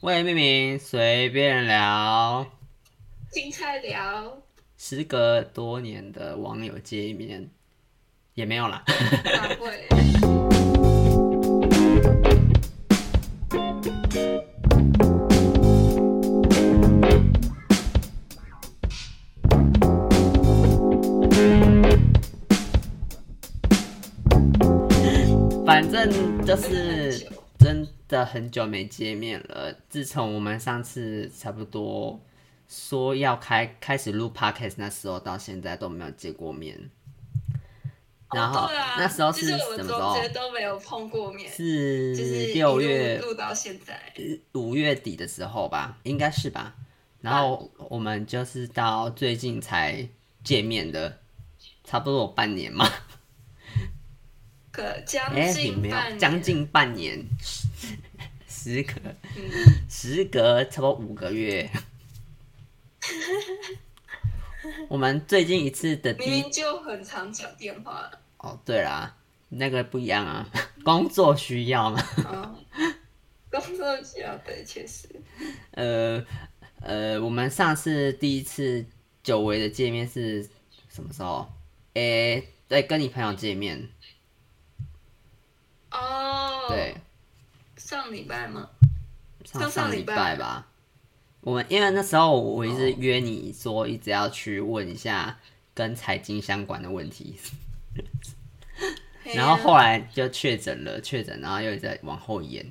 魏明明随便聊，金菜聊，时隔多年的网友见面，也没有 啦。大会。反正就是真的很久没见面了。自从我们上次差不多说要开开始录 podcast 那时候，到现在都没有见过面。 然后、哦对啊、那时候就是是我什么们时候中？间都没有碰过面，就是是一六路月录到现在，五月底的时候吧，应该是吧。然后我们就是到最近才见面的，差不多有半年嘛，可将 哎、也近没半有，年将近半年， 时隔嗯时隔差不多五个月。 我们最近一次的明第一明就很常讲电 话，哦，对啦，那个不一样啊，工作需要嘛。嗯，工作需要对，确实，呃呃，我们上次第一次久违的见面是什么时候？诶、对，跟你朋友见面，哦，对，，上礼拜吗？上上上礼礼拜拜吧。我们因为那时候我一直约你说，一直要去问一下跟财经相关的问题，嘿然后哎呀后来就确诊了，确诊，然后又在往后延，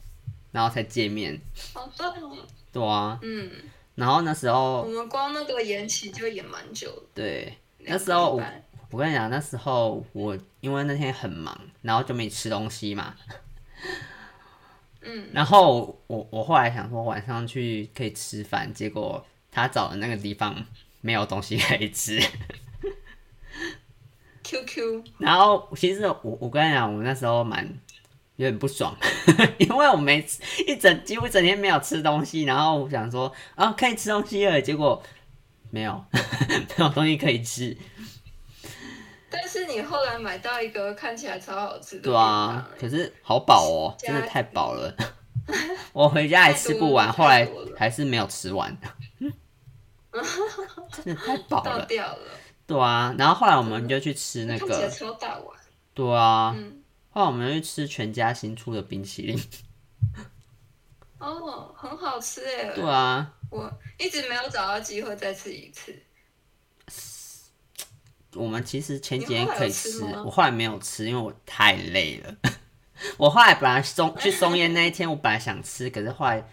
然后才见面，好棒哦，对啊。嗯，然后那时我候们光那个延期就也蛮久的，对，那两个时候礼我拜我跟你讲，那时候我因为那天很忙，然后就没吃东西嘛。嗯，然后我我后来想说晚上去可以吃饭，结果他找的那个地方没有东西可以吃。 QQ 然后其实我我跟你讲，我那时候蛮有点不爽， 因为我没吃一整几乎整天没有吃东西，然后我想说啊可以吃东西了，结果没有 没有东西可以吃。但是你后来买到一个看起来超好吃的对便当啊，欸，可是好饱哦，加真的太饱了。 我回家还吃不完，太多后来太多了还是没有吃完， 真的太饱倒了。掉了，对啊，然后后来我们就去吃那看起来个，超大碗，对啊，嗯，后来我们就去吃全家新出的冰淇淋。哦，很好吃哎，对啊，我一直没有找到机会再吃一次，我们其实前几你天后来有可以吃吃，吗我后来没有吃，因为我太累了。 我后来本来松哎去松烟那一天，我本来想吃，可是后来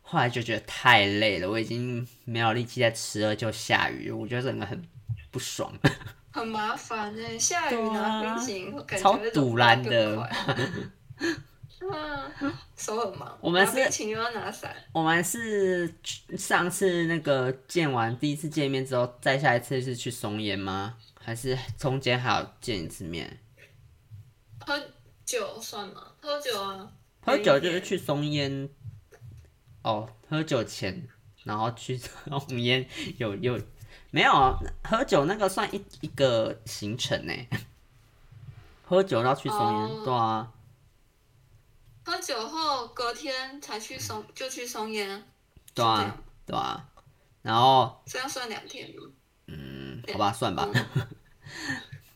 后来就觉得太累了，我已经没有力气再吃了，就下雨，我觉得整个很不爽。 很麻烦哎，下雨对啊拿冰淇淋，感觉超会堵融化然更的 快。对啊，手很忙，我们拿是冰淇淋又要拿伞，我们是去上次那个见完第一次见面之后，再下一次是去松烟吗？还是中间还有见一次面？喝酒算吗？喝酒啊，喝酒就是点去松烟，哦，喝酒前，然后去松烟有有没有啊？喝酒那个算一一个行程呢？ 喝酒到去松烟，哦对啊，喝酒后隔天才去松，就去松烟，对是这啊样，对啊。然后，这样算两天吗？嗯，好吧，算吧。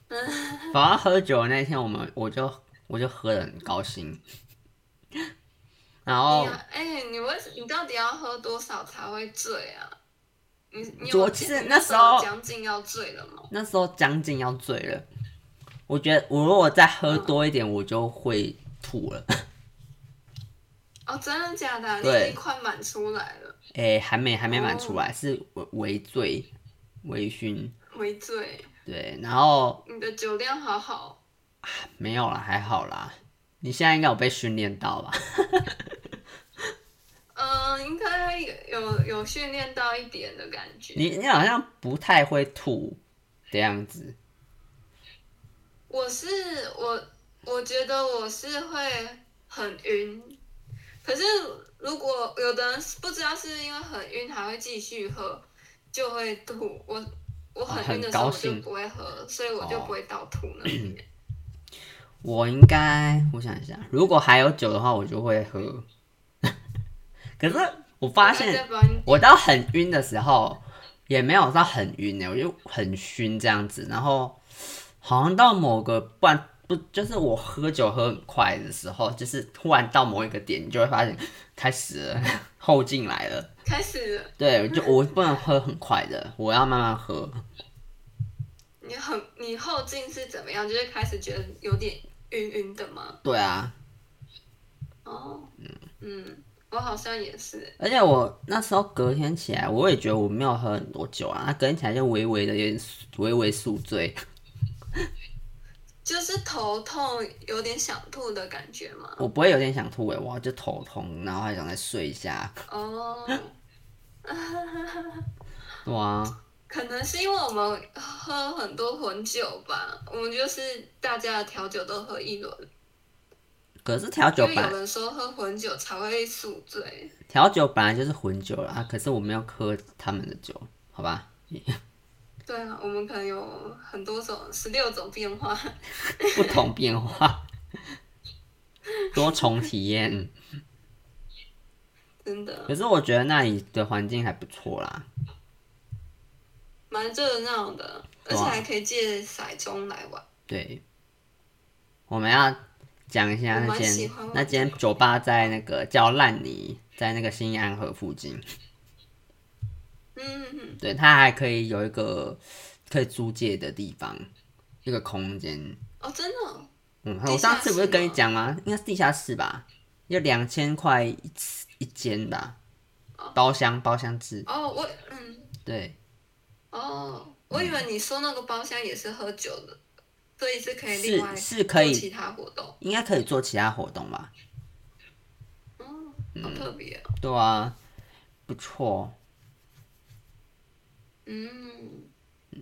嗯， 反正喝酒的那天，我们我就我就喝的很高兴，然后你啊哎、你为什你到底要喝多少才会醉啊？你你我有其其实实那时候将近要醉了吗？那时候将近要醉了，我觉得我如果再喝多一点，我就会吐了。 哦，真的假的啊？你对已经快满出来了，诶、还没还没满出来，是微微醉、微醺，没醉，对，然后你的酒量好好。没有了，还好啦。你现在应该有被训练到吧？ 嗯，应该有有有训练到一点的感觉。你你好像不太会吐的样子，我是我，我觉得我是会很晕，可是如果有的人是不知道是因为很晕还会继续喝，就会吐。我我哦很很晕的时候高我就兴不会喝，所以我就哦不会倒吐那里面。我应该我想一下，如果还有酒的话，我就会喝。 可是我 发我现再帮你我到很晕的时候，也没有到很晕欸呢、我就很熏这样子，然后好像到某个不然不就是我喝酒喝很快的时候，就是突然到某一个点，你就会发现开始了后劲来了。开始了，对，就我不能喝很快的，我要慢慢喝。你很你后劲是怎么样？就是开始觉得有点晕晕的吗？对啊，哦，嗯，我好像也是，而且我那时候隔天起来，我也觉得我没有喝很多酒啊，那隔天起来就微微的有点宿微微宿醉。就是头痛，有点想吐的感觉嘛。我不会有点想吐诶、我就头痛，然后还想再睡一下。哦， 对啊。可能是因为我们喝很多混酒吧，我们就是大家的调酒都喝一轮，可是调因酒为本有来人说喝混酒才会宿醉。调酒本来就是混酒啦、啊，可是我没有喝他们的酒，好 吧？对啊，我们可能有很多种十六种变化。不同变化， 多重体验。真的可是我觉得那里的环境还不错啦，蛮热闹的，而对啊且还可以借骰盅来玩。对。我们要讲一下我那蛮喜间欢那间酒吧在那个叫烂泥，在那个新安河附近，嗯，对，它还可以有一个可以租借的地方，一个空间。哦，真的哦、嗯，地我上下次不室是跟你吗讲吗？应该是地下室吧，要两千块一次一间吧哦，包厢包厢制，哦，我嗯，对，哦，我以为你说那个包厢也是喝酒的，所以是可以另外是是可以做其他活动，应该可以做其他活动吧？嗯，好特别哦、对啊，不错，嗯，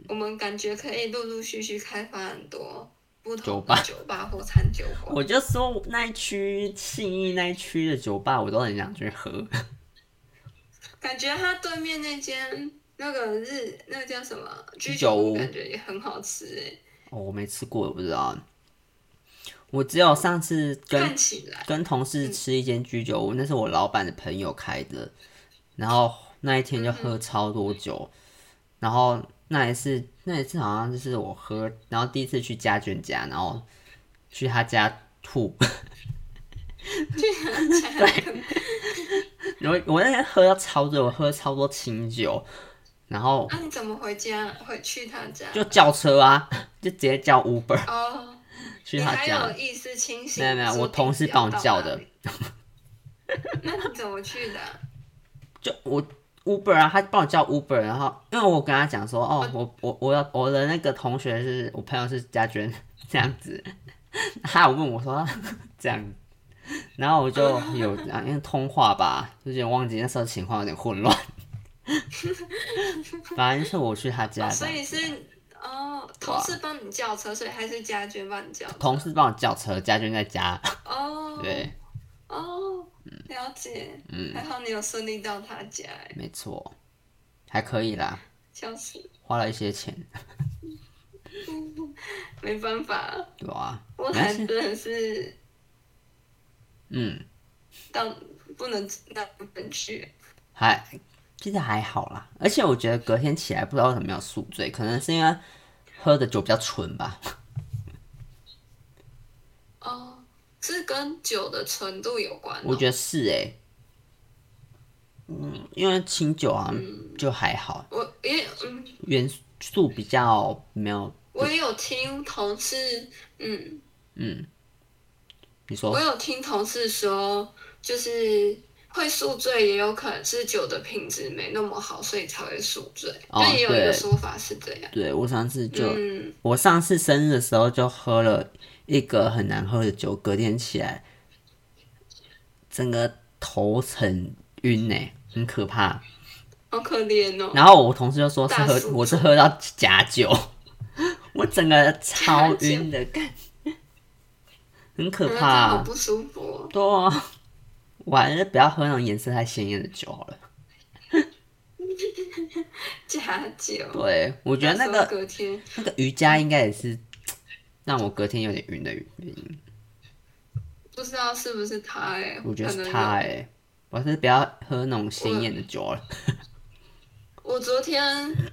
我们感觉可以陆陆续续开发很多不同的酒吧酒吧或餐酒馆。我就说那一区信义那一区的酒吧，我都很想去喝。 感觉它对面那间那个日那个叫什么居酒酒屋屋，感觉也很好吃欸诶，哦，我没吃过，我不知道。我只有上次跟看起来跟同事嗯吃一间居酒屋，那是我老板的朋友开的，然后那一天就嗯喝超多酒，然后那一次那一次好像就是我喝，然后第一次去家娟家，然后去他家吐， 然后我那天喝到超醉，我喝超多清酒，然后 那、你怎么回家？回去他家？就叫车啊，就直接叫 Uber 哦，去你他还家有，意识清醒？没有没有，说我自己同事要帮我到叫哪的里。。 那你怎么去的啊？就我 Uber 啊，他帮我叫 Uber，然后因为我跟他讲说，哦，我我我的我的那个同学是我朋友是家娟这样子，他有问我说啊这样，然后我就有啊，因为通话吧，就有点忘记那时候情况有点混乱，反正就是我去他家哦的，所以是哦，同事帮你叫车，所以还是家娟帮你叫车。同事帮我叫车，家娟在家，哦，对，哦，了解。嗯，还好你有顺利到他家，哎没错，还可以啦，笑死，花了一些钱，没办法，对吧、我没关还系真的是嗯。到不能到不能去。还其实还好啦，而且我觉得隔天起来不知道为什么没有宿醉，可能是因为喝的酒比较纯吧。哦，是跟酒的纯度有关哦、我觉得是哎、嗯，因为清酒啊就还好，我也嗯，元素比较没有。我也有听同事，嗯，你我说有听同事说，就是会宿醉，也有可能是酒的品质没那么好，所以才会宿醉。哦就也有一个对说法是这样。对我上次就、嗯，我上次生日的时候就喝了一个很难喝的酒，隔天起来整个头很晕哎、很可怕。好可怜哦。然后我同事就说是大喝，叔我是喝到假酒， 我整个超晕的感觉，很可嗯怕、这好不舒服哦、对啊，我还是不要喝那种颜色太鲜艳的酒好了。假酒。对，我觉得那哦到时候个隔天，那个瑜伽应该也是让我隔天有点晕的原因，不知道是不是他哎、我觉得可是能它有哎、我还是不要喝那种鲜艳的酒了。我昨天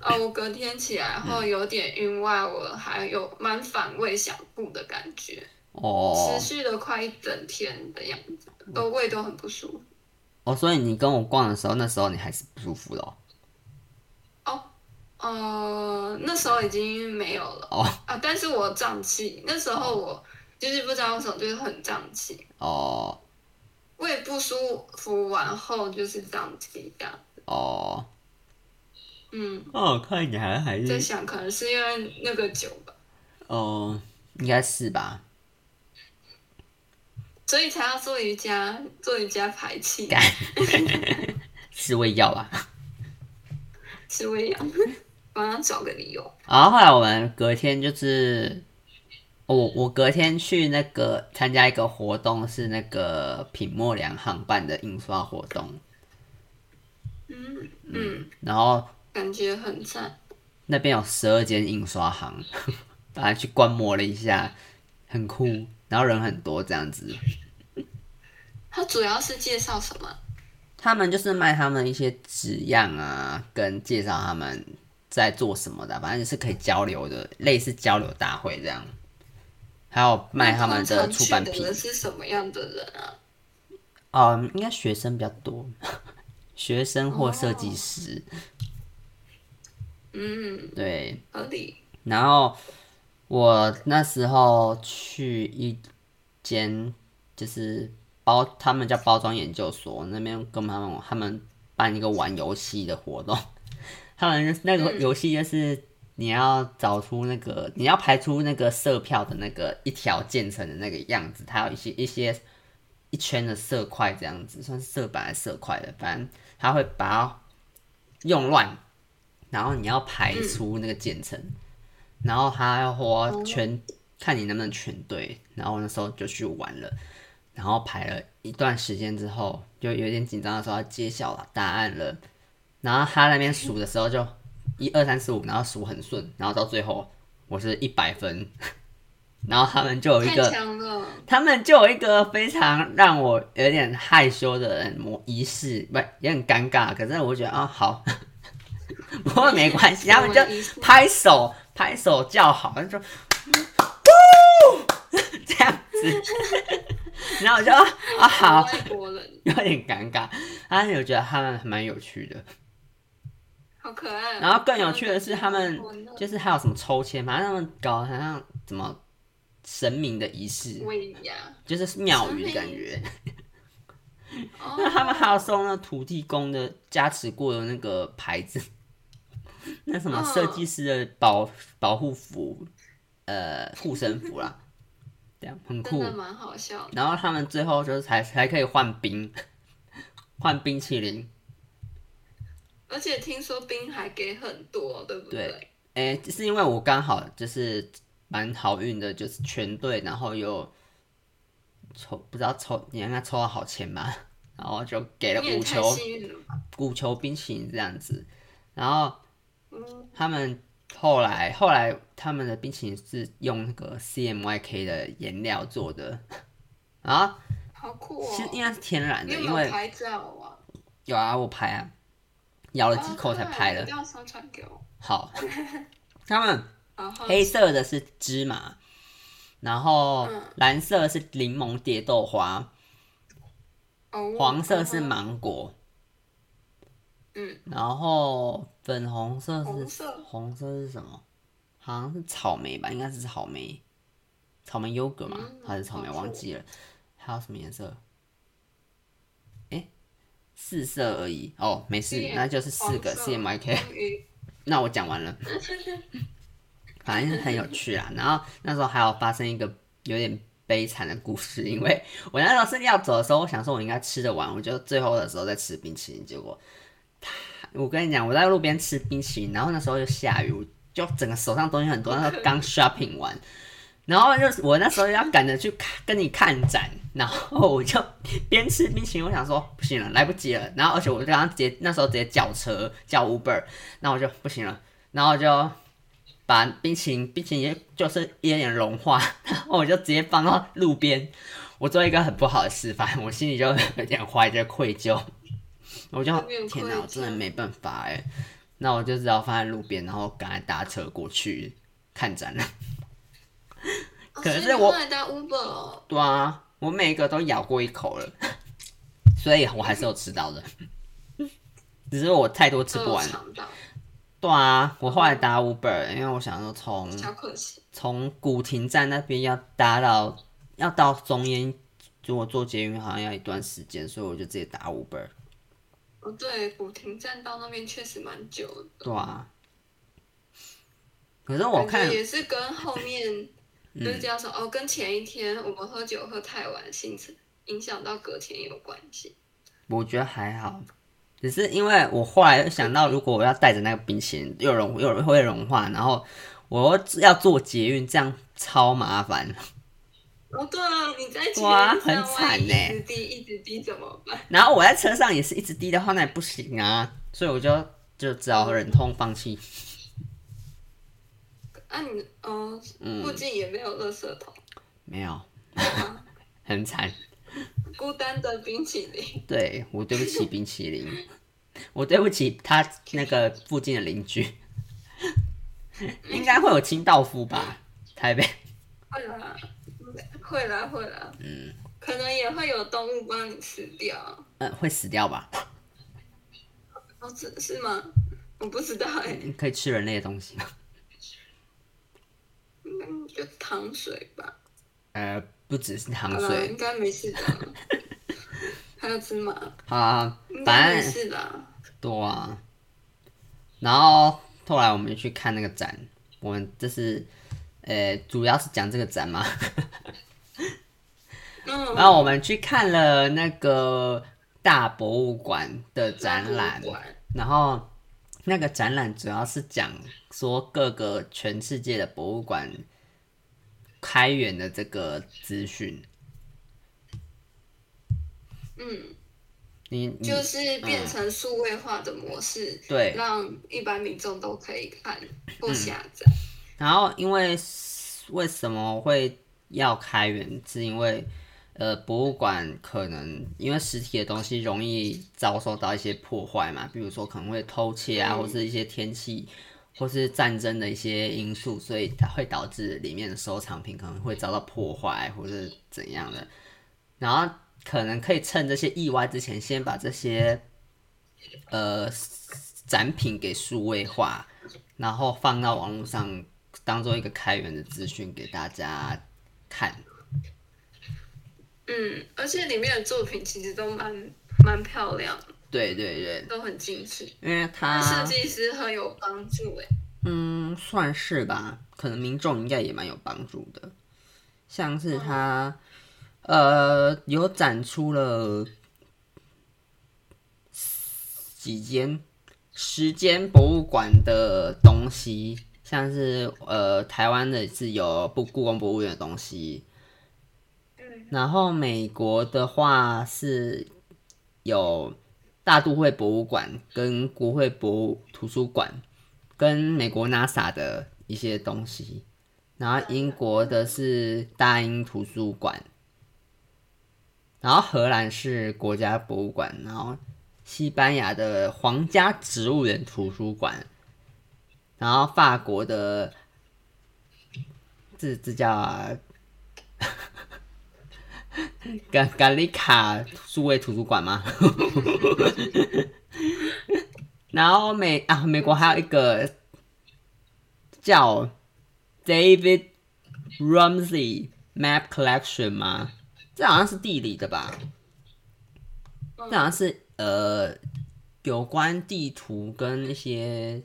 啊、我隔天起来嗯后有点晕外，我还有蛮反胃想吐的感觉，哦持续了快一整天的样子，都胃都很不舒服。哦，所以你跟我逛的时候，那时候你还是不舒服的哦。呃，那时候已经没有了哦啊，但是我胀气，那时候我就是不知道为什么就是很胀气，哦胃不舒服完后就是胀气这样。哦嗯，哦，看你还还在想可能是因为那个酒吧，哦，应该是吧？所以才要做瑜伽，做瑜伽排气，干是啊胃药吧？吃胃药，帮他找个理由。然后后来我们隔天就是，我我隔天去那个参加一个活动，是那个品墨良行办的印刷活动，嗯嗯，然后感觉很赞。那边有十二间印刷行， 本来去观摩了一下，很酷，然后人很多这样子。它主要是介绍什么？他们就是卖他们一些纸样啊，跟介绍他们在做什么的啊，反正就是可以交流的，类似交流大会这样。还有卖他们那的通出常版去品的，人是什么样的人啊？嗯，应该学生比较多，学生或设计师，嗯，对。合理。然后我那时候去一间就是包，他们叫包装研究所那边跟他们他们办一个玩游戏的活动， 他们那个游戏就是你要找出那个你要排出那个色票的那个一条建成的那个样子，它有一些一些一圈的色块这样子，算是色板还是色块的，反正它会把它用乱，然后你要排出那个建成。然后他要花全看你能不能全对，然后我那时候就去玩了，然后排了一段时间之后，就有点紧张的时候要揭晓了答案了，然后他那边数的时候就一二三四五，然后数很顺，然后到最后我是一百分， 然后他们就有一太个 强了，他们就有一个非常让我有点害羞的模仪式，不也很尴尬，可是我觉得啊、好， 不过没关 系，他们就什么仪式拍手拍手叫好，就 说“呜”这样子， 然后我就啊好，外国人，有点尴尬，但是我觉得他们还蛮有趣的。好可爱。然后更有趣的是，他们我那就是还有什么抽签嘛，反正他们搞得好像怎么神明的仪 式，尾牙，就是庙宇的感觉。那哦，他们还有送那土地公的加持过的那个牌子， 那什么嗯设计师的保保护服，呃，护身符 啦，这样很真酷的。蛮好笑的。然后他们最后就是还还可以换冰， 换冰淇淋。而且听说冰还给很多，对不对？哎、是因为我刚好就是蛮好运的，就是全对，然后又抽不知道抽，你应该抽到好钱吧，然后就给了你也五太球幸运了吧。五球冰淇淋这样子，然后嗯，他们后来后来他们的冰淇淋是用那个 CMYK 的颜料做的，然后好酷是哦。应该是天然你的，有因没有为拍照啊？有啊我拍啊，咬了几口才啊拍你了。到时候传给我。好，他们然后黑色的是芝麻，然后嗯蓝色是柠檬蝶豆花，哦黄色是芒果，嗯，然后粉红色是红色红色是什么？好像是草莓吧，应该是草莓，草莓优格嘛，嗯还是草莓？好吃忘记了。还有什么颜色？哎，四色而已哦，没事对，那就是四个黄色 CMYK。终于 那我讲完了，反正很有趣啦。然后那时候还有发生一个有点悲惨的故事，因为我那时候是要走的时候，我想说我应该吃得完，我就最后的时候再吃冰淇淋。结果，我跟你讲，我在路边吃冰淇淋，然后那时候又下雨，我就整个手上东西很多，那时候刚 shopping 完。然后就是我那时候要赶着去看跟你看展，然后我就边吃冰淇淋，我想说不行了，来不及了。然后而且我刚刚直接那时候直接叫车叫 Uber，那我就不行了，然后就把 冰淇淋冰淇淋也就是有点融化，然后我就直接放到路边。我做一个很不好的示范，我心里就有点怀着愧疚，我就有点天哪，愧我真的疚没办法哎，那我就只好放在路边，然后赶快搭车过去看展览。哦可所以是你我后来当 Uber 哦，对啊，我每一个都咬过一口了，所以我还是有吃到的，只是我太多吃都不有完。尝到，对啊，我后来搭 Uber，因为我想说从小可惜。从古亭站那边要搭到要到中烟，如果坐捷运好像要一段时间，所以我就直接打 Uber。哦，对，古亭站到那边确实蛮久的。对啊，可是我感看嗯觉也是跟后面 就是这样说、哦，跟前一天我们喝酒喝太晚，性质影响到隔天有关系。我觉得还好，只是因为我后来想到，如果我要带着那个冰淇淋又融又会融化，然后我又要坐捷运，这样超麻烦。 哦，对啊，你在前哇一站很万惨欸一呢一直滴一直滴怎么办？然后我在车上也是一直滴的话，那也不行啊，所以我就就只好忍痛放弃。啊你，哦，嗯附近也没有垃圾桶，没有，很惨。孤单的冰淇淋。对我对不起冰淇淋，我对不起他那个附近的邻居，应该会有清道夫吧？台北会啦，会啦，会啦。嗯，可能也会有动物帮你吃掉。呃会死掉吧？哦，是是吗？我不知道哎、可以吃人类的东西吗？嗯，就糖水吧。呃，不只是糖好了，水应，该没事的。 还有芝麻，好啊应，该反没正事啦。对啊。然后后来我们去看那个展，我们这是呃主要是讲这个展嘛，嗯，然后我们去看了那个大博物馆的展览博物，馆然后那个展览主要是讲说各个全世界的博物馆开源的这个资讯。嗯，你你就是变成数位化的模式，嗯对，嗯让一般民众都可以看或下载。然后因为为什么会要开源，是因为呃博物馆可能因为实体的东西容易遭受到一些破坏嘛，比如说可能会偷窃啊，嗯或是一些天气或是战争的一些因素，所以它会导致里面的收藏品可能会遭到破坏或是怎样的，然后可能可以趁这些意外之前，先把这些呃展品给数位化，然后放到网络上，当做一个开源的资讯给大家看。嗯，而且里面的作品其实都蛮蛮漂亮，对对对，都很精致，因为对设它计师很有帮助哎。嗯算是吧，可能民众应该也蛮有帮助的。像是它呃有展出了几间十间博物馆的东西，像是呃台湾的是有故故宫博物院的东西，嗯，然后美国的话是有大都会博物馆跟国会博物图书馆，跟美国 NASA 的一些东西。然后英国的是大英图书馆，然后荷兰是国家博物馆，然后西班牙的皇家植物园图书馆，然后法国的这这叫啊 嘎嘎利卡数位图书馆吗？然后美啊，美国还有一个叫 David Ramsey Map Collection 吗？这好像是地理的吧？这好像是呃有关地图跟一些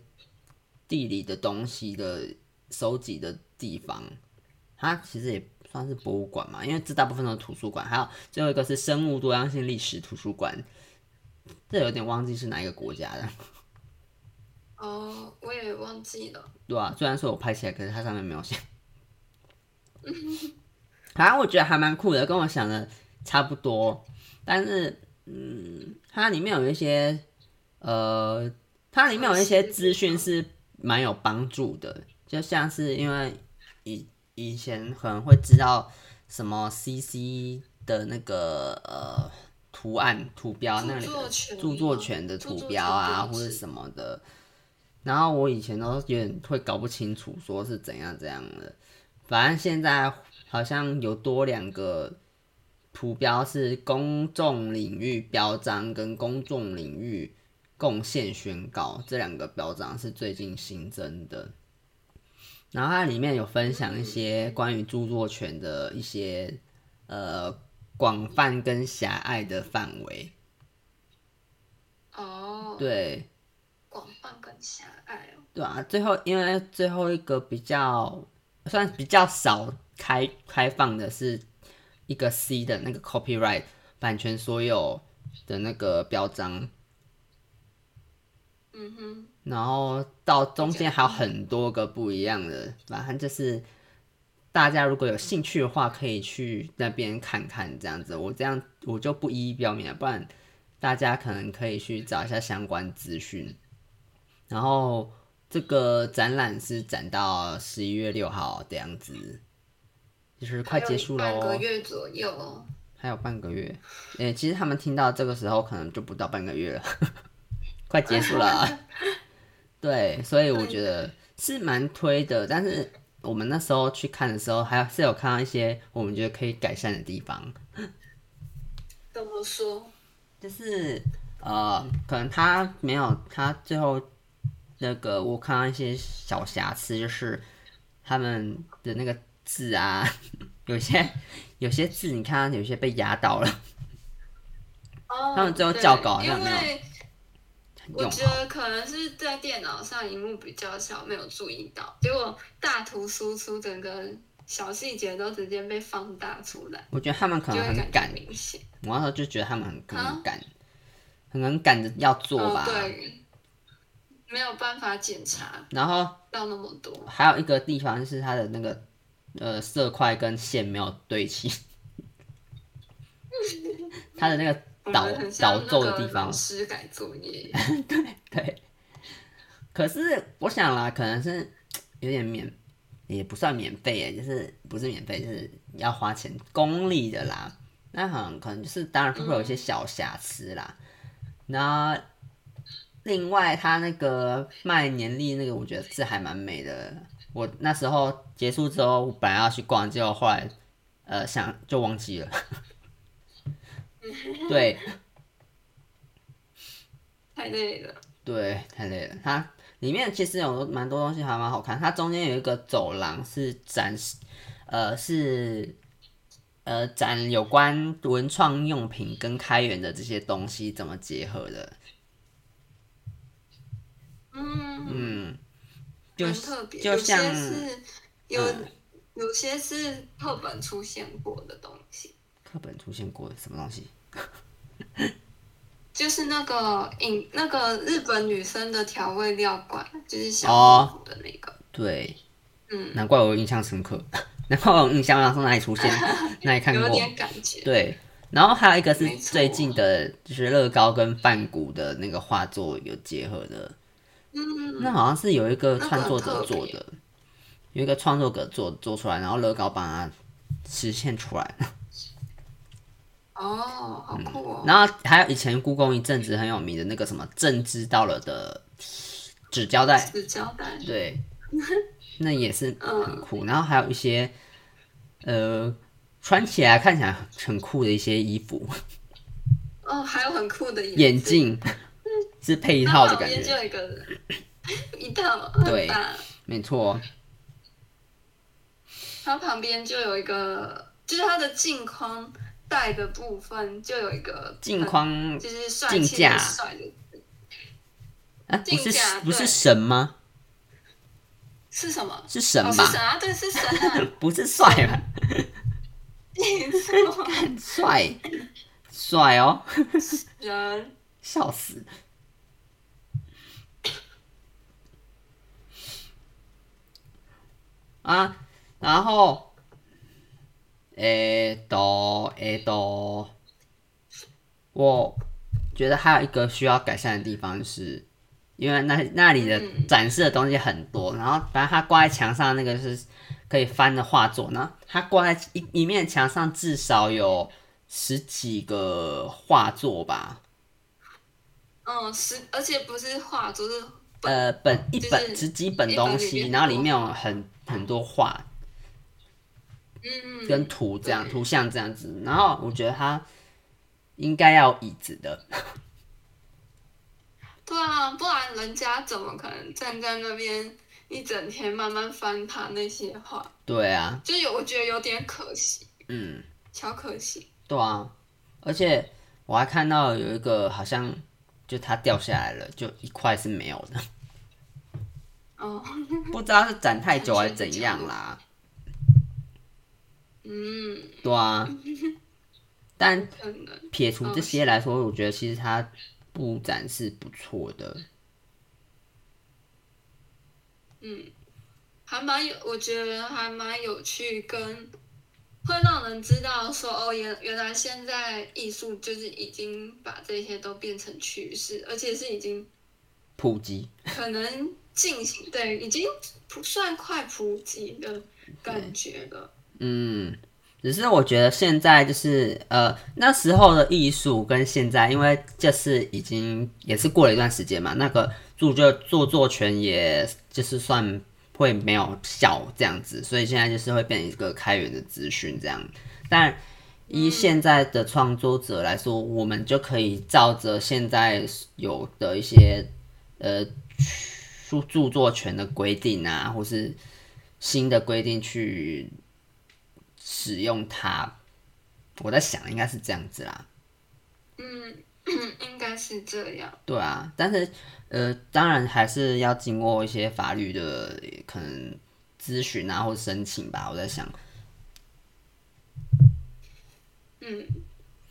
地理的东西的收集的地方。它其实也算是博物馆嘛，因为这大部分都是图书馆，还有最后一个是生物多样性历史图书馆，这有点忘记是哪一个国家的，哦，我也忘记了。对啊，虽然说我拍起来，可是它上面没有写。反正我觉得还蛮酷的，跟我想的差不多，但是嗯，它里面有一些呃，它里面有一些资讯是蛮有帮助的，就像是因为以以前可能会知道什么 CC 的那个呃图案图标那里著作的权著作权的著图作标权啊，标或者志什么的。然后我以前都有点会搞不清楚，说是怎样怎样的。反正现在好像有多两个图标是公众领域标章跟公众领域贡献宣告这两个标章是最近新增的。然后它里面有分享一些关于著作权的一些呃广泛跟狭隘的范围，哦，，对，广泛跟狭隘哦。对啊，最后因为最后一个比较算比较少开开放的是一个 C 的那个 copyright 版权所有的那个标章，嗯哼，然后到中间还有很多个不一样的，反正就是大家如果有兴趣的话，可以去那边看看这样子。我这样我就不一一标明了，啊不然大家可能可以去找一啊下相关资讯。然后这个展览是展到十一月六号这样子，就是快结束哦还有喽半，个月左右哦。还有半个月。诶、其实他们听到这个时候可能就不到半个月了， 快结束了啊。 对，所以我觉得是蛮推的，但是我们那时候去看的时候，还是有看到一些我们觉得可以改善的地方，怎么说？就是呃，可能他没有他最后那个我看到一些小瑕疵，就是他们的那个字啊， 有些有些字你看到有些被压到了，哦，他们最后对校稿好像因没有为我用觉好得可能是在电脑上荧幕比较小，没有注意到，结果大图输出整个小细节都直接被放大出来，我觉得他们可就能会很感赶觉，明显。我那时候就觉得他们很可啊能赶，很能赶着要做哦，吧。对，没有办法检查然后到那么多。还有一个地方是它的那个呃色块跟线没有对 齐，它的那个导我们很像导那奏的个地方老，师改作业，对。可是我想啦，可能是有点免，也不算免费耶，就是不是免费，就是要花钱公立的啦。那好像可能就是当然会有一些小瑕疵啦。那另外他那个卖年历那个，我觉得字还蛮美的。我那时候结束之后，我本来要去逛，结果后来呃想就忘记了。 对，太累了。对，太累了。它里面其实有蛮多东西还蛮好看，它中间有一个走廊是展示，呃，是呃展有关文创用品跟开源的这些东西怎么结合的，嗯，嗯，就蛮特别，就像嗯有些是有、有些是课本出现过的东西，课本出现过的什么东西，就是那个饮那个日本女生的调味料罐，就是小哦老虎的那个。对，嗯，难怪我印象深刻， 难怪我有印象到从哪里出 现，哪里看过，有点感觉。对，然后还有一个是没错最近的，就是乐高跟梵谷的那个画作有结合的，嗯，那好像是有一个那个创作很者特别做的，有一个创作者做做出来，然后乐高帮他实现出来。哦，好嗯酷 哦。然后还有以前故宫一阵子很有名的那个什么“政治到了”的纸胶带，纸胶带， 对，那也是很嗯酷。然后还有一些呃穿起来看起来很酷的一些衣服、哦，还有很酷的眼镜。啊镜，是配然套后的旁感边就觉，有一个人， 一套很对大，没错。它旁边就有一个，就是它的镜框带的部分就有一个镜很，框就是帅气镜架的帅的，啊，不是镜架不是对神吗？是什么？是神哦，是吧？神啊，对，是神啊， 不是帅吧？你说帅，帅哦，人笑死！啊，然后，诶、都诶、都，我觉得还有一个需要改善的地方是，因为那那里的嗯展示的东西很多，然后反正它挂在墙上那个是可以翻的画作，然后它挂在一一面墙上至少有十几个画作吧，嗯，是，而且不是画作，是呃，本一就是本十几本一本东里西，面然后有里面有很很多画，嗯，跟图这样对图像这样子，然后我觉得它应该要有椅子的，对啊，不然人家怎么可能站在那边一整天慢慢翻他那些画？对啊，就有我觉得有点可惜，嗯，小可惜。对啊，而且我还看到有一个好像就它掉下来了，就一块是没有的， 哦，不知道是展太久还是怎样啦，嗯，对啊，但可能撇除这些来说，我觉得其实它布展是不错的，还蛮有，我觉得还蛮有趣，跟会让人知道说哦，原原来现在艺术就是已经把这些都变成趋势，而且是已经普及，可能进行对，已经不算快普及的感觉了。嗯，只是我觉得现在就是呃那时候的艺术跟现在，因为就是已经也是过了一段时间嘛，那个著作著作权也就是算会没有效这样子，所以现在就是会变成一个开源的资讯这样。但以现在的创作者来说，我们就可以照着现在有的一些呃著著作权的规定啊，或是新的规定去使用它。我在想，应该是这样子啦，嗯，应该是这样。对啊。但是，呃，当然还是要经过一些法律的可能咨询啊，或申请吧。我在想，嗯，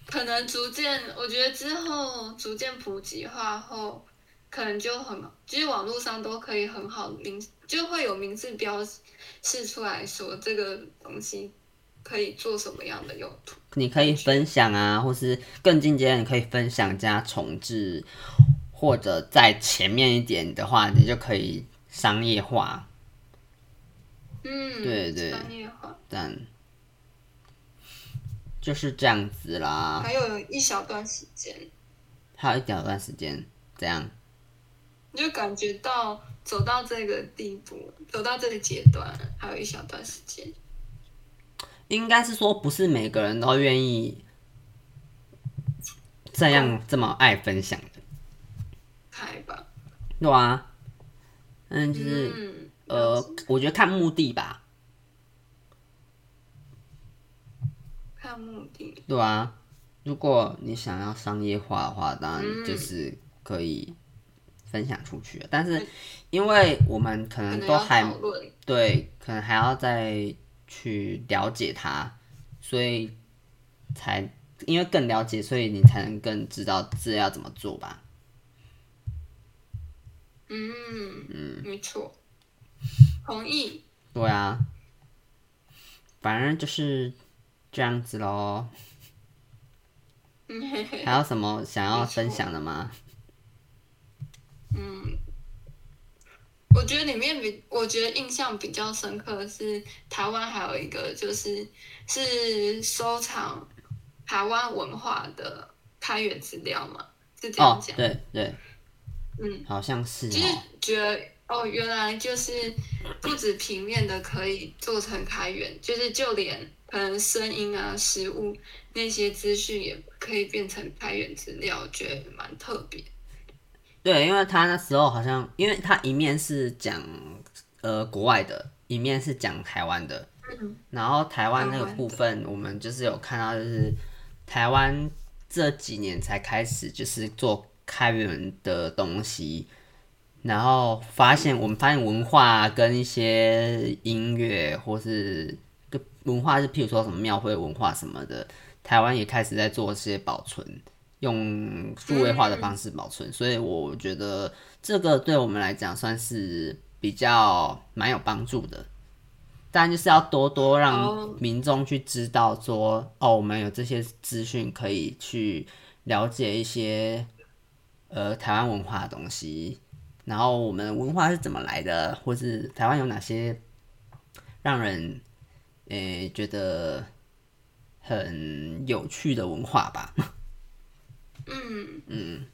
可能逐渐，我觉得之后逐渐普及化后，可能就很，就是网络上都可以很好明，就会有明示标示出来说这个东西可以做什么样的用途。你可以分享啊，或是更进阶，你可以分享啊加重置，或者在前面一点的话，你就可以商业化。嗯，对对商业化。但就是这样子啦，还有一小段时间，还有一小段时间，这样。你就感觉到走到这个地步，走到这个阶段，还有一小段时间。应该是说不是每个人都愿意这嗯样这么爱分享的，开吧。对啊，嗯，就是、嗯，呃，我觉得看目的吧，看目的。对啊，如果你想要商业化的话，当然嗯就是可以分享出去，但是因为我们可可能能嗯都要还讨论，对，可能还要再去了解它，所以才因为更了解，所以你才能更知道这要怎么做吧。嗯嗯，没错，同意。对啊，反正就是这样子喽。嗯嘿嘿，还有什么想要分享的 吗？我觉得里面比我觉得印象比较深刻的是台湾还有一个就是是收藏台湾文化的开源资料嘛，是这样哦讲，，对对，嗯，好像是就是哦。觉得哦，原来就是不止平面的可以做成开源，就是就连可能声音啊、食物那些资讯也可以变成开源资料，我觉得蛮特别。对，因为他那时候好像，因为他一面是讲呃国外的，一面是讲台湾的。然后台湾那个台湾的部分，我们就是有看到，就是台湾这几年才开始就是做开源的东西，然后发现我们发现文化跟一些音乐或是跟文化是，譬如说什么庙会文化什么的，台湾也开始在做这些保存，用数位化的方式保存，所以我觉得这个对我们来讲算是比较蛮有帮助的。当然就是要多多让哦民众去知道说，哦，我们有这些资讯可以去了解一些呃台湾文化的东西，然后我们文化是怎么来的，或是台湾有哪些让人诶、觉得很有趣的文化吧。嗯嗯，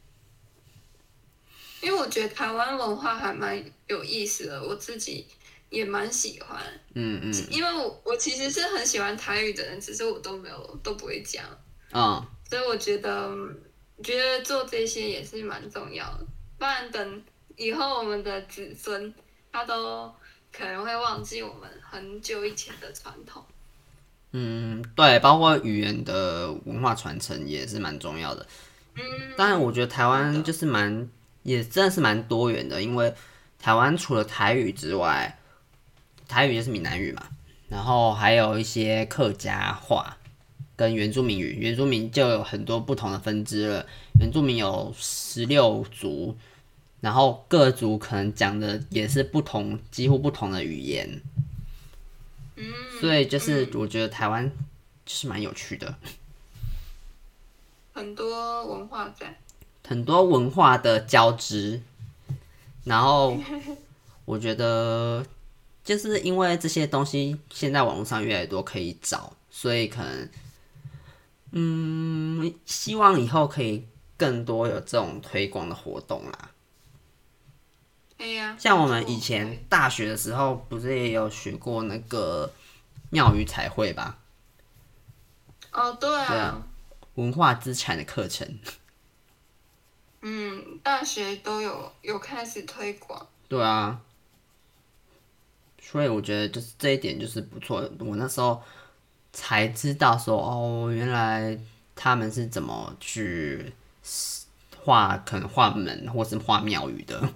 因为我觉得台湾文化还蛮有意思的，我自己也蛮喜欢。嗯嗯因为我我其实是很喜欢台语的人，只是我都没有都不会讲，嗯，所以我觉得嗯觉得做这些也是蛮重要的，不然等以后我们的子孙他都可能会忘记我们很久以前的传统。嗯，对，包括语言的文化传承也是蛮重要的。嗯，当然，我觉得台湾嗯就是蛮，也真的是蛮多元的，因为台湾除了台语之外，台语就是闽南语嘛，然后还有一些客家话跟原住民语，原住民就有很多不同的分支了，原住民有十六族，然后各族可能讲的也是不同，几乎不同的语言，嗯，所以就是我觉得台湾就是蛮有趣的。很多文化在。很多文化的交织，然后我觉得就是因为这些东西现在网络上越来越多可以找，所以可能嗯，希望以后可以更多有这种推广的活动啦。哎呀，像我们以前大学的时候，不是也有学过那个庙宇彩绘吧，哦，对对啊啊，文化资产的课程。嗯，大学都有有开始推广。对啊，所以我觉得就是这一点就是不错的。我那时候才知道说，哦，原来他们是怎么去画，可能画门或是画庙宇的。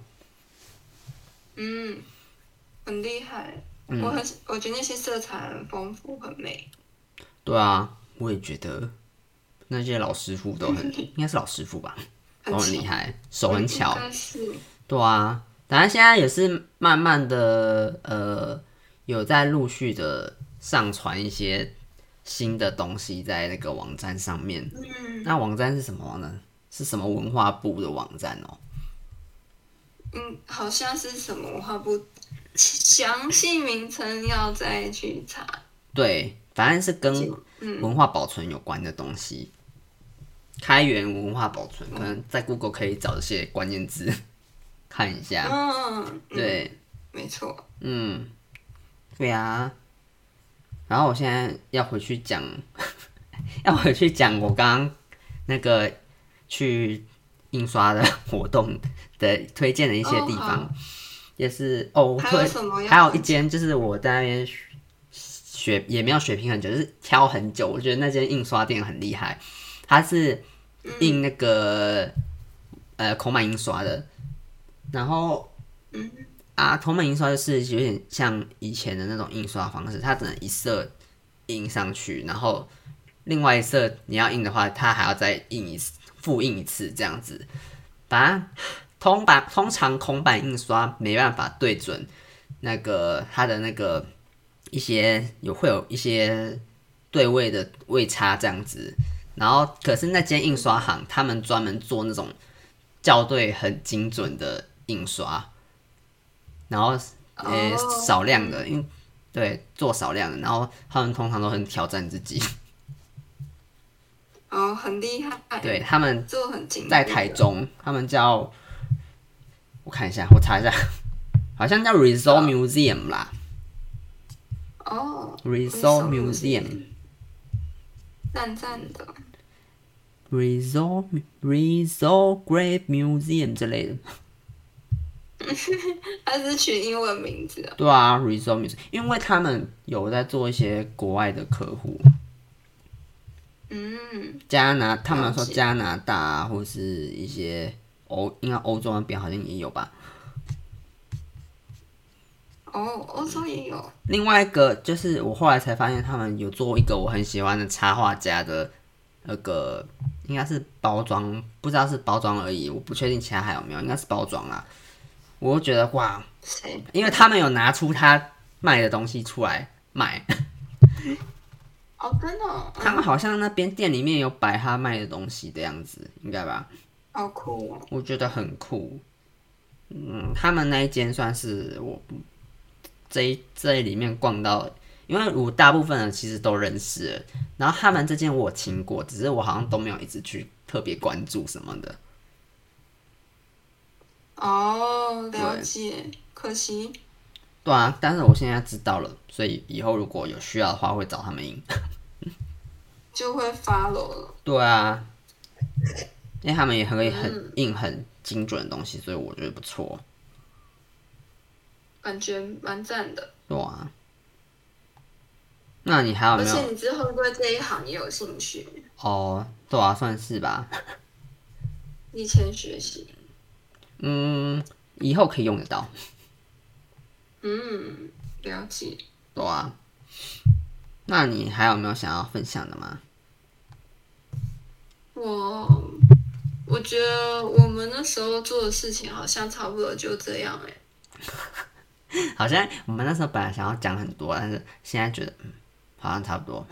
嗯，很厉害。嗯我很，我觉得那些色彩很丰富，很美。对啊，我也觉得那些老师傅都 很，应该是老师傅吧，都很厉害，手哦很巧应。该是，对啊，当然现在也是慢慢的，呃，有在陆续的上传一些新的东西在那个网站上面。嗯，那网站是什么呢？是什么文化部的网站哦？嗯，好像是什么，我还不详细名称要再去查。对，反正是跟嗯文化保存有关的东西，开源文化保存，可能在 Google 可以找一些关键字 看一下。嗯，嗯，对，没错。嗯，对啊。然后我现在要回去讲， 要回去讲我刚刚那个去印刷的活动的推荐的一些哦地方，好也是哦，我还推有什么要还有一间就是我在那边学学也没有学评很久，就是挑很久。我觉得那间印刷店很厉害，它是嗯印那个、呃孔满印刷的，然后嗯啊孔满印刷就是有点像以前的那种印刷方式，它只能一色印上去，然后另外一色你要印的话，它还要再印一次复印一次这样子，把它通版通常孔版印刷没办法对准那个它的那个一些有会有一些对位的位差这样子，然后可是那间印刷行他们专门做那种校对很精准的印刷，然后呃、哦少量的，因为对做少量的，然后他们通常都很挑战自己，哦，很厉害。对，他们做很精。在台。中，他们叫我看一下，我查一下， 好像叫 r e s 啊 o l Museum 啦哦 r e s o l Museum Museum，赞赞的。 r e s o l r e s o l Great Museum 之类的，它是取英文名字哦。对啊 r e s o l Museum，因为他们有在做一些国外的客户，嗯，加拿他们说了解加拿大、啊、或是一些欧，应该欧洲那边好像也有吧。哦，欧洲也有。另外一个就是我后来才发现，他们有做一个我很喜欢的插画家的那个，应该是包装，不知道是包装而已，我不确定其他还有没有，应该是包装啦。我就觉得哇，谁？因为他们有拿出他卖的东西出来卖，哦，真的哦、他嗯，们好像那边店里面有摆他卖的东西的样子，应该吧？好酷哦。我觉得很酷。嗯，他们那一间算是我这一这里面逛到因为我大部分人其实都认识了，然后他们之间我听过，只是我好像都没有一直去特别关注什么的。哦，了解，可惜。对啊，但是我现在知道了，所以以后如果有需要的话会找他们应。就会 follow 了。对啊，因为他们也可以很硬、很精准的东西，所以我觉得不错。感觉蛮赞的。对啊，那你还有啊而没且有？你之后对这一行也有兴趣，哦，对啊，算是吧。以前学习，嗯，以后可以用得到。嗯，了解。对啊，那你还有没有想要分享的吗？我我觉得我们那时候做的事情好像差不多就这样哎、好像我们那时候本来想要讲很多，但是现在觉得嗯，好像差不多，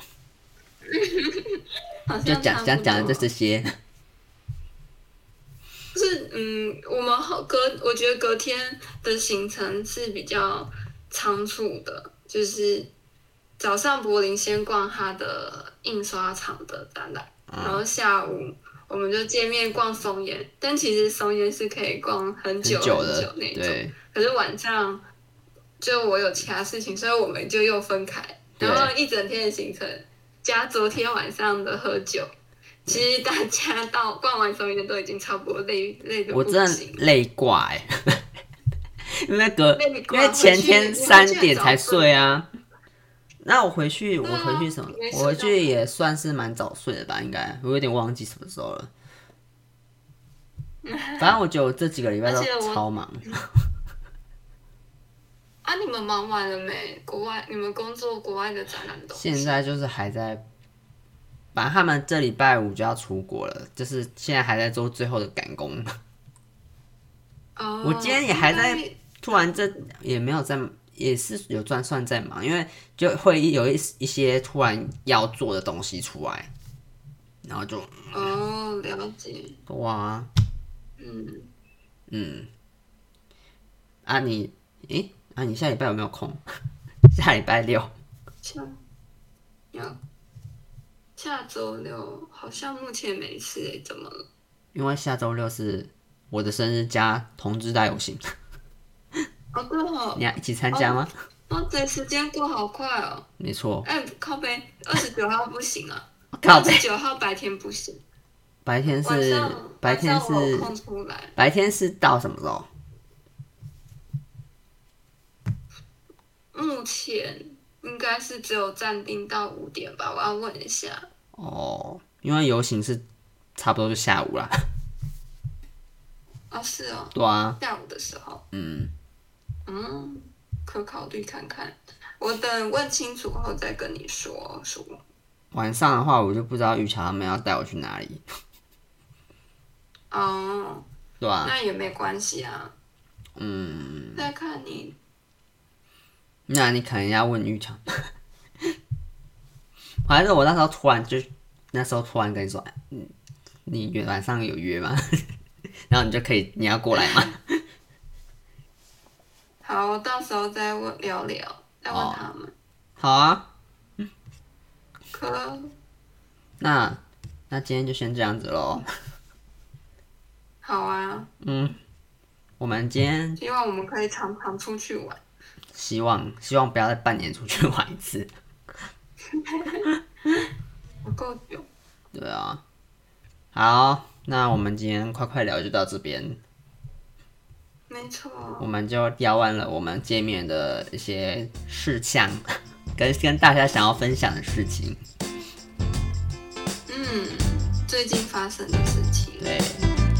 好就像讲差讲不讲的就多这些。就是嗯，我们后隔，我觉得隔天的行程是比较仓促的，就是早上柏林先逛他的印刷厂的展览，嗯然后下午我们就见面逛松岩，但其实松岩是可以逛很久很久很的久，那种，对，可是晚上就我有其他事情，所以我们就又分开，对然后一整天的行程加昨天晚上的喝酒。其实大家到逛完松岩都已经差不多累累的我不真行的，累挂哎、 因为隔累挂因为前天三点才回睡啊。那我回去，我对啊回去什么你没？睡我回去也算是蛮早睡的吧，应该我有点忘记什么时候 了。反正我觉得我这几个礼拜都而且我超忙，啊，你们忙完了没？国外你们工作国外的展览都现在就是还在，反正他们这礼拜五就要出国了，就是现在还在做最后的赶工。哦，我今天也还在应该突然这也没有在，也是有算算在忙，因为就会有一一些突然要做的东西出来，然后就哦，了解，哇，嗯，嗯，啊你，诶、啊你下礼拜有没有空？ 下礼拜六，下要下周六好像目前没事诶、怎么了？因为下周六是我的生日加同志大游行，哦，对哦你，要一起参加吗？哦，对，时间过好快哦。没错，哎、靠背，二十九号不行啊，靠二北十九号白天不行，白天晚是上白天晚上我有是空出来。白天是到什么时候？目前应该是只有暂定到五点吧，我要问一下。哦，因为游行是差不多就下午啦。 哦，是哦，对啊，下午的时候，嗯，嗯，可考虑看看。我等问清楚后再跟你说说。晚上的话我就不知道玉桥他们要带我去哪里，哦，对吧、那也没关系啊，啊嗯，再看你。那你可能要问玉桥。 反正我那时候突然就，那时候突然跟你说，哎嗯，你约晚上有约吗？ 然后你就可以，你要过来吗？ 好，我到时候再问聊聊，再问哦他们。好啊，可那那今天就先这样子喽。好啊，嗯，我们今天希望我们可以常常出去玩。希望希望不要再半年出去玩一次。不够久，对啊，好，那我们今天快快聊就到这边，没错。我们就聊完了我们见面的一些事项， 跟跟大家想要分享的事情。嗯，最近发生的事情。对，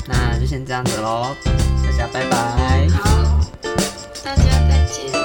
那就先这样子喽，大家拜拜。好，大家再见。